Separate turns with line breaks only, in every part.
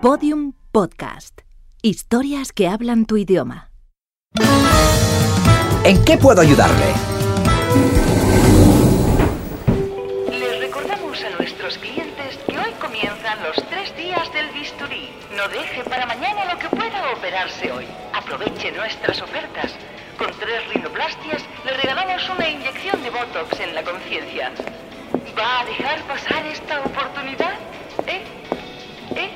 Podium Podcast. Historias que hablan tu idioma.
¿En qué puedo ayudarle?
Les recordamos a nuestros clientes que hoy comienzan los tres días del bisturí. No deje para mañana lo que pueda operarse hoy. Aproveche nuestras ofertas. Con tres rinoplastias le regalamos una inyección de Botox en la conciencia. ¿Va a dejar pasar esta oportunidad? ¿Eh? ¿Eh?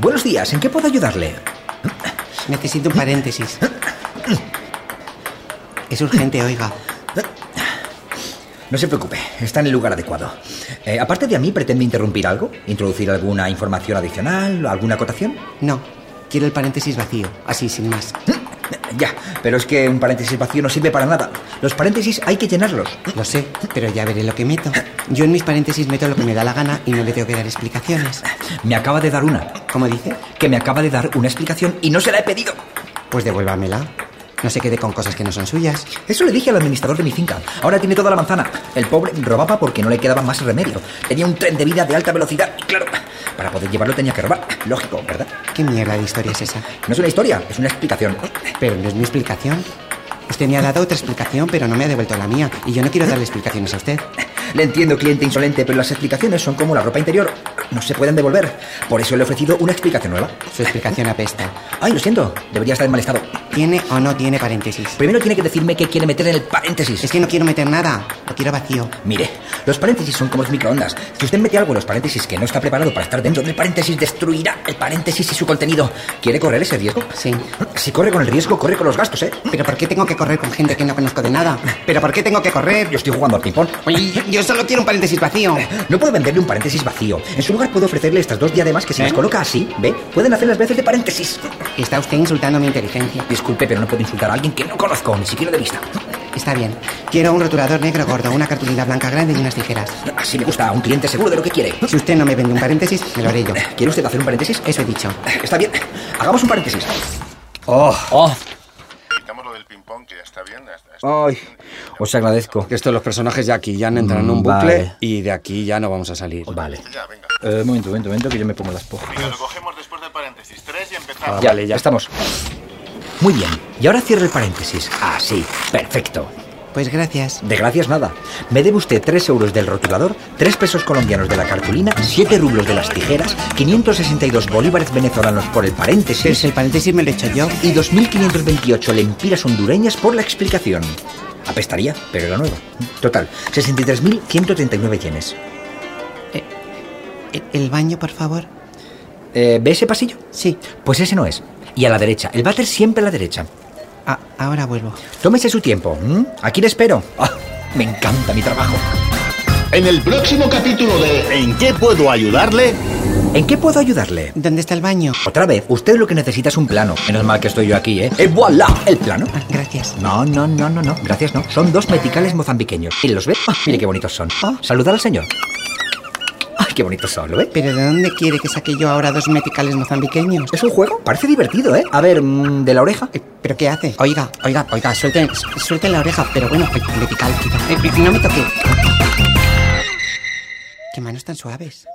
Buenos días, ¿en qué puedo ayudarle?
Necesito un paréntesis. Es urgente, oiga.
No se preocupe, está en el lugar adecuado. Eh, aparte de a mí, ¿pretende interrumpir algo? ¿Introducir alguna información adicional? ¿Alguna acotación? Eh,
No, quiero el paréntesis vacío, así, sin más.
Ya, pero es que un paréntesis vacío no sirve para nada. Los paréntesis hay que llenarlos.
Lo sé, pero ya veré lo que meto. Yo en mis paréntesis meto lo que me da la gana y no le tengo que dar explicaciones.
Me acaba de dar una.
¿Cómo dice?
Que me acaba de dar una explicación y no se la he pedido.
Pues devuélvamela. No se quede con cosas que no son suyas.
Eso le dije al administrador de mi finca. Ahora tiene toda la manzana. El pobre robaba porque no le quedaba más remedio. Tenía un tren de vida de alta velocidad y claro, para poder llevarlo tenía que robar. Lógico, ¿verdad?
¿Qué mierda de historia es esa?
No es una historia, es una explicación.
Pero no es mi explicación. Usted me ha dado otra explicación, pero no me ha devuelto la mía. Y yo no quiero darle explicaciones a usted.
Le entiendo, cliente insolente, pero las explicaciones son como la ropa interior. No se pueden devolver. Por eso le he ofrecido una explicación nueva.
Su explicación apesta.
Ay, lo siento. Debería estar en mal estado.
¿Tiene o no tiene paréntesis?
Primero tiene que decirme qué quiere meter en el paréntesis.
Es que no quiero meter nada. Lo quiero vacío.
Mire, los paréntesis son como los microondas. Si usted mete algo en los paréntesis que no está preparado para estar dentro del paréntesis, destruirá el paréntesis y su contenido. ¿Quiere correr ese riesgo?
Sí.
Si corre con el riesgo, corre con los gastos, ¿eh?
¿Pero por qué tengo que correr con gente que no conozco de nada? ¿Pero por qué tengo que correr?
Yo estoy jugando al ping-pong.
Oye, yo- yo solo quiero un paréntesis vacío.
No puedo venderle un paréntesis vacío. En su lugar puedo ofrecerle estas dos diademas que si
¿Eh?
las coloca así, ¿ve? Pueden hacer las veces de paréntesis.
Está usted insultando mi inteligencia.
Disculpe, pero no puedo insultar a alguien que no conozco, ni siquiera de vista.
Está bien. Quiero un rotulador negro gordo, una cartulina blanca grande y unas tijeras.
Así me gusta, a un cliente seguro de lo que quiere.
Si usted no me vende un paréntesis, me lo haré yo.
¿Quiere usted hacer un paréntesis?
Eso he dicho.
Está bien, hagamos un paréntesis. Oh,
Quitamos lo del ping-pong, que ya está bien. ya está-
Ay,
Oh. os agradezco.
que esto, los personajes ya aquí ya han entrado en un
Mm,
bucle
vale.
y de aquí ya no vamos a salir.
Vale.
Ya, venga.
Eh, momento, momento, momento, que yo me pongo las pojas.
Venga, lo cogemos después del paréntesis 3 y empezamos.
Ya,
Vale, ya.
estamos. Muy bien, y ahora cierre el paréntesis. Así, Ah, perfecto.
Pues gracias.
De gracias nada. Me debe usted 3 euros del rotulador, 3 pesos colombianos de la cartulina, 7 rublos de las tijeras, 562 bolívares venezolanos por el
Pero
paréntesis
si el paréntesis me lo he hecho yo.
y 2.528 lempiras hondureñas por la explicación. Apestaría, pero era nueva. Total, 63.139 yenes.
¿El- ¿El baño, por favor?
Eh, ¿Ve ese pasillo?
Sí.
Pues ese no es. Y a la derecha. El váter siempre a la derecha.
Ah, ahora vuelvo.
Tómese su tiempo. ¿m? Aquí le espero. Ah, me encanta mi trabajo.
En el próximo capítulo de ¿En qué puedo ayudarle?
¿En qué puedo ayudarle?
¿Dónde está el baño?
Otra vez, usted lo que necesita es un plano. Menos mal que estoy yo aquí, ¿eh? ¡Et voilà! ¿El plano?
Ah, gracias.
No, no, no, no, no. Gracias, no. Son dos meticales mozambiqueños. ¿Y los ve? Ah, mire qué bonitos son. Ah, saludar al señor. Ay, qué bonitos son, ¿lo ve?
¿Pero de dónde quiere que saque yo ahora dos meticales mozambiqueños?
¿Es un juego? Parece divertido, ¿eh? A ver, mm, de la oreja.
Eh, ¿Pero qué hace? Oiga, oiga, oiga, suelten, su- suelten la oreja, pero bueno, eh, metical, quizá. Eh, eh, no me toque. Qué manos tan suaves.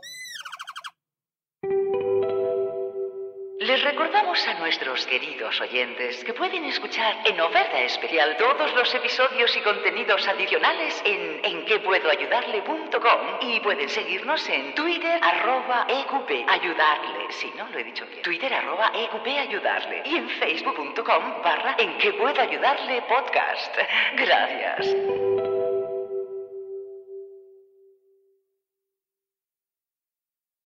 Les recordamos a nuestros queridos oyentes que pueden escuchar en oferta especial todos los episodios y contenidos adicionales en enquepuedoayudarle.com y pueden seguirnos en Twitter arroba EQP ayudarle, si no lo he dicho bien, Twitter arroba EQP ayudarle y en facebook.com barra en que puedo ayudarle podcast. Gracias.